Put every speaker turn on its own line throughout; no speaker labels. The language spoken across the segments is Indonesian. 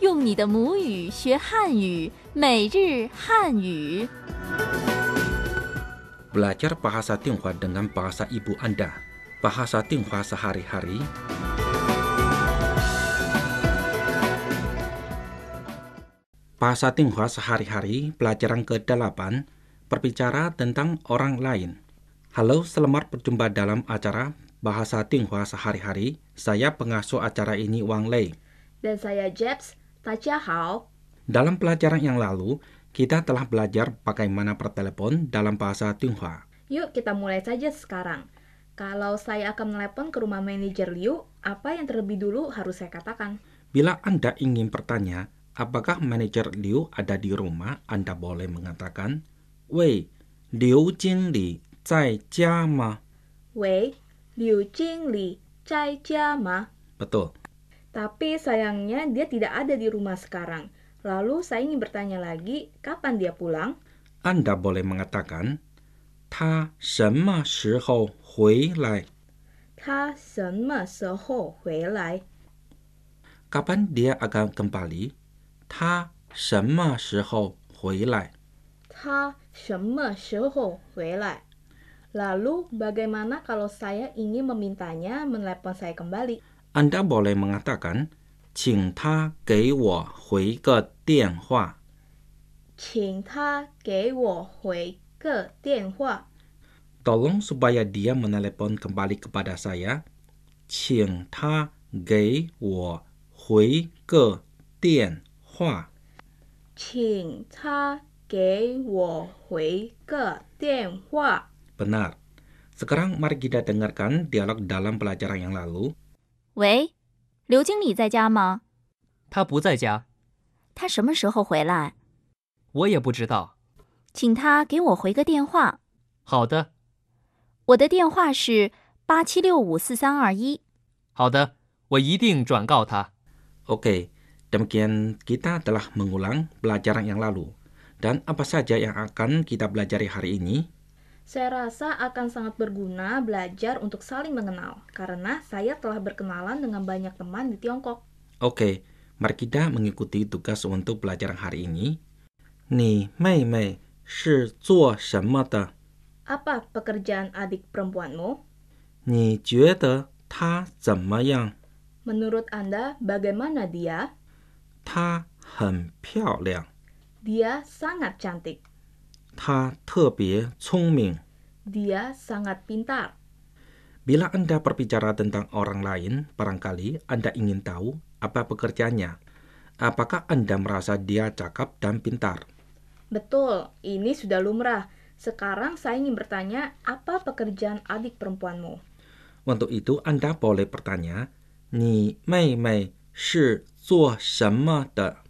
用你的母语学汉语，每日汉语。
Belajar bahasa Tionghoa dengan bahasa ibu Anda. Bahasa Tionghoa sehari-hari. 巴萨定华 sehari-hari pelajaran ke-8 berbicara tentang orang lain. Halo, selamat berjumpa dalam acara Bahasa Tionghoa sehari-hari. Saya pengasuh acara ini Wang Lei.
Dan saya Jeps, Hao.
Dalam pelajaran yang lalu, kita telah belajar bagaimana bertelepon dalam bahasa Tionghoa.
Yuk kita mulai saja sekarang. Kalau saya akan menelepon ke rumah manajer Liu, apa yang terlebih dulu harus saya katakan?
Bila Anda ingin bertanya, apakah manajer Liu ada di rumah? Anda boleh mengatakan, Wei, Liu Jingli zai jia ma?
Wei, Liu Jingli, Chai Jia Ma.
Betul.
Tapi sayangnya dia tidak ada di rumah sekarang. Lalu saya ingin bertanya lagi, kapan dia pulang?
Anda boleh mengatakan, Ta shenme shihou hui lai?
Ta senme seho hui lai.
Kapan dia akan kembali? Ta shenme shihou hui lai?
Ta senme seho hui lai. Lalu bagaimana kalau saya ingin memintanya menelepon saya kembali?
Anda boleh mengatakan, 请他给我回个电话。
请他给我回个电话，
Tolong supaya dia menelepon kembali kepada saya. 请他给我回个电话。
请他给我回个电话。
Benar. Sekarang mari kita dengarkan dialog dalam pelajaran yang lalu.
喂，刘经理在家吗？
他不在家，
他什么时候回来？
我也不知道。
请他给我回个电话。
好的，
我的电话是八七六五四三二一。
好的，我一定转告他。
Oke, demikian kita telah mengulang pelajaran yang lalu. Dan apa saja yang akan kita pelajari hari ini?
Saya rasa akan sangat berguna belajar untuk saling mengenal, karena saya telah berkenalan dengan banyak teman di Tiongkok.
Oke, mari kita mengikuti tugas untuk pelajaran hari ini. 你妹妹是做什么的？
Apa pekerjaan adik perempuanmu?
你觉得他怎么样？
Menurut Anda, bagaimana dia?
她很漂亮，
Dia sangat cantik.
她特别聪明。
Dia sangat pintar.
Bila Anda berbicara tentang orang lain, barangkali Anda ingin tahu apa pekerjaannya. Apakah Anda merasa dia cakap dan pintar?
Betul, ini sudah lumrah. Sekarang saya ingin bertanya, apa pekerjaan adik perempuanmu?
Untuk itu Anda boleh bertanya, 你妹妹是做什么的？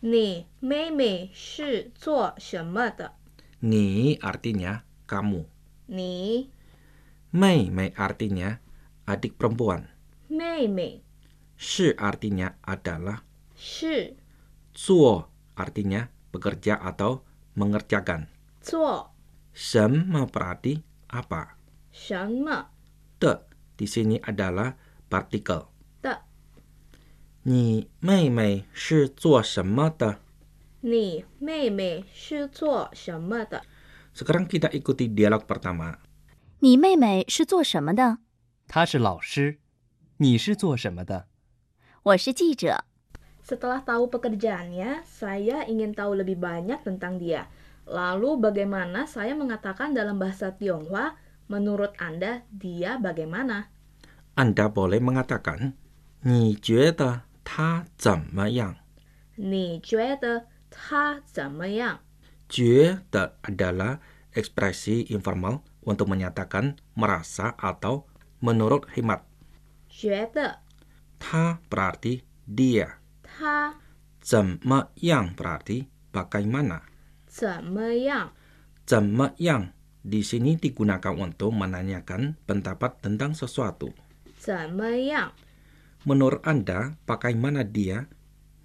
Ni, Mei Mei shi zuo shenme de?
你 artinya kamu,
Ni,
妹妹 artinya adik perempuan,
Mei Mei
是 artinya adalah
shi
Zuo artinya bekerja atau mengerjakan.
zuo
Sema berarti apa?
shenme
De di sini adalah partikel.
de?
你妹妹是做什么的？
Ni, Mei Mei shi zuo shenme de?
Sekarang kita ikuti dialog pertama.
你妹妹是做什么的？
他是老师，你是做什么的？
我是记者。
Setelah tahu pekerjaannya, saya ingin tahu lebih banyak tentang dia. Lalu bagaimana saya mengatakan dalam bahasa Tionghoa, menurut Anda dia bagaimana?
Anda boleh mengatakan, 你觉得他怎么样？
Ni jue de ta yang?
觉得 adalah ekspresi informal untuk menyatakan merasa atau menurut hemat.
Jue de
他 berarti dia.
ta
怎么样 berarti bagaimana.
yang?
怎么样 di sini digunakan untuk menanyakan pendapat tentang sesuatu.
yang?
Menurut Anda, bagaimana dia?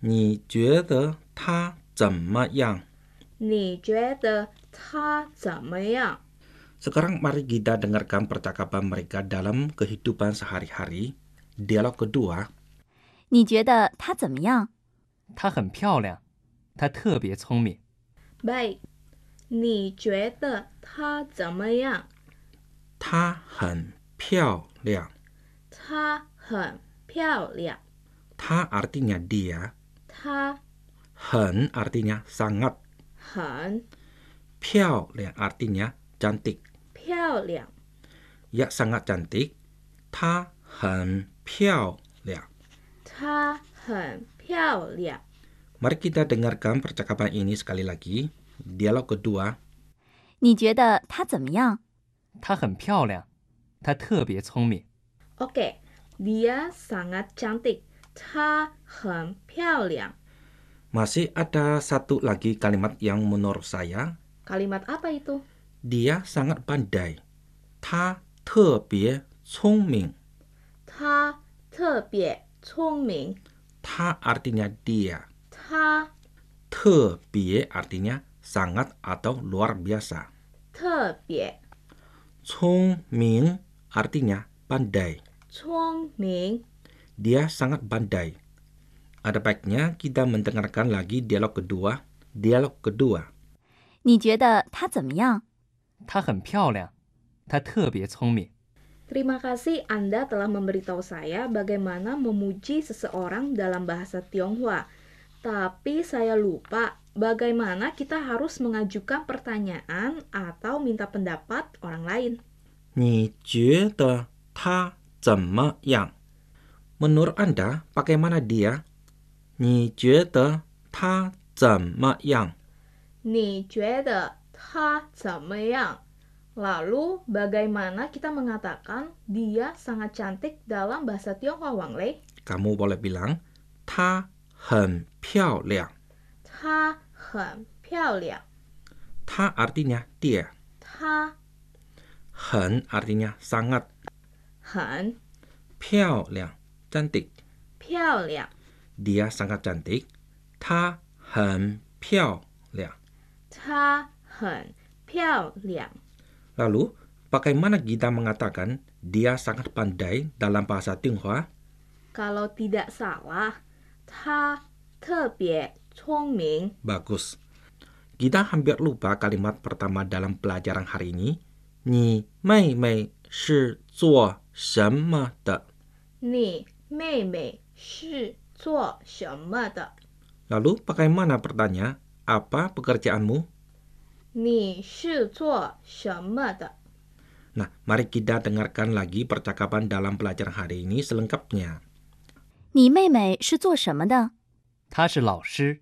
你觉得他怎么样？
Ni jue de ta yang?
Sekarang mari kita dengarkan percakapan mereka dalam kehidupan sehari-hari. Dialog kedua,
你觉得他怎么样？
她很漂亮，她特别聪明。
Baik. 你觉得她怎么样？
她很漂亮。
她很漂亮。
她 artinya dia,
她
很 artinya sangat,
很
漂亮 artinya cantik.
漂亮。
Ya sangat cantik. Ya, 她很漂亮。
她很漂亮。
Mari kita dengarkan percakapan ini sekali lagi. Dialog kedua,
你觉得她怎么样？
她很漂亮，她特别聪明。
Oke, dia sangat cantik. 她很漂亮。
masih ada satu lagi kalimat yang menurut saya
Kalimat apa itu?
dia sangat pandai. 她特别聪明。
她特别聪明。
她 artinya dia.
她
特别 artinya sangat atau luar biasa.
特别
Cong Ming artinya pandai.
聪明。
Dia sangat pandai. Ada baiknya kita mendengarkan lagi dialog kedua. Dialog kedua.
你觉得她怎么样？
她很漂亮，她特别聪明。
Terima kasih Anda telah memberitahu saya bagaimana memuji seseorang dalam bahasa Tionghoa. Tapi saya lupa bagaimana kita harus mengajukan pertanyaan atau minta pendapat orang lain.
你觉得他怎么样? Menurut Anda, bagaimana dia? 你觉得他怎么样?
你觉得他怎么样? Lalu bagaimana kita mengatakan dia sangat cantik dalam bahasa Tionghoa Wang Lei?
Kamu boleh bilang, 她很漂亮.
她很漂亮.
她 artinya dia. 很 artinya sangat.
她很漂
漂
亮.
亮 cantik. Dia sangat cantik. 她很漂亮.
她很漂亮.
Lalu, bagaimana kita mengatakan dia sangat pandai dalam bahasa Tionghoa?
Kalau tidak salah, ta 特别聪明。
Bagus. Kita hampir lupa kalimat pertama dalam pelajaran hari ini. 你妹妹是做什么的?
你妹妹是做什么的？
Lalu, bagaimana bertanya, apa pekerjaanmu?
你是做什么的？
Nah, mari kita dengarkan lagi percakapan dalam pelajaran hari ini selengkapnya.
你妹妹是做什么的？
她是老师，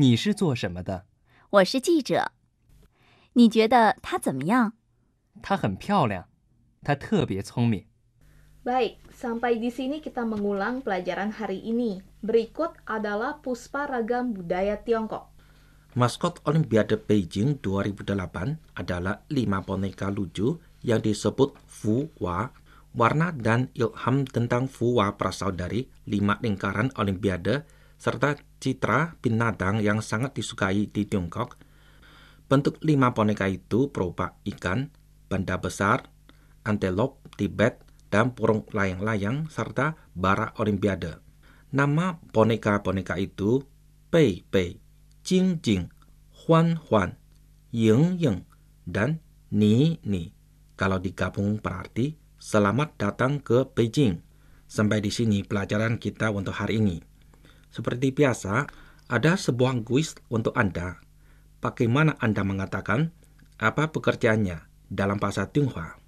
你是做什么的？
我是记者。你觉得她怎么样？
她很漂亮，她特别聪明。
Baik, sampai di sini kita mengulang pelajaran hari ini. Berikut adalah puspa ragam budaya Tiongkok.
Maskot Olimpiade Beijing 2008 adalah lima boneka lucu yang disebut Fuwa. Warna dan ilham tentang Fuwa berasal dari lima lingkaran Olimpiade serta citra binatang yang sangat disukai di Tiongkok. Bentuk lima boneka itu berupa ikan, benda besar, antelop, Tibet, dan burung layang-layang serta bara Olimpiade. Nama boneka-boneka itu Pei Pei, Jing Jing, Huan Huan, Ying Ying, dan Ni Ni. Kalau digabung berarti selamat datang ke Beijing. Sampai di sini pelajaran kita untuk hari ini. Seperti biasa, ada sebuah kuis untuk Anda. Bagaimana Anda mengatakan apa pekerjaannya dalam bahasa Tionghoa?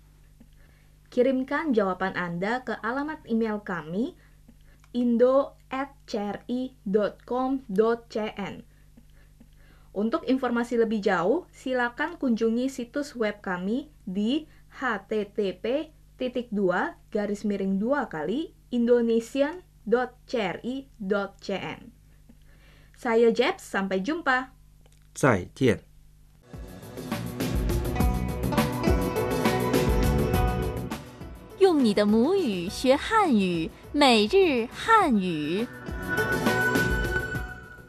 Kirimkan jawaban Anda ke alamat email kami indo@cri.com.cn. Untuk informasi lebih jauh, silakan kunjungi situs web kami di http garis miring dua kali indonesian.cri.cn. Saya Jeps, sampai jumpa.
再见。
用你的母语学汉语，每日汉语。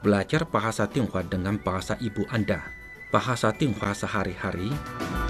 Belajar bahasa Tionghoa dengan bahasa ibu Anda. Bahasa Tionghoa sehari-hari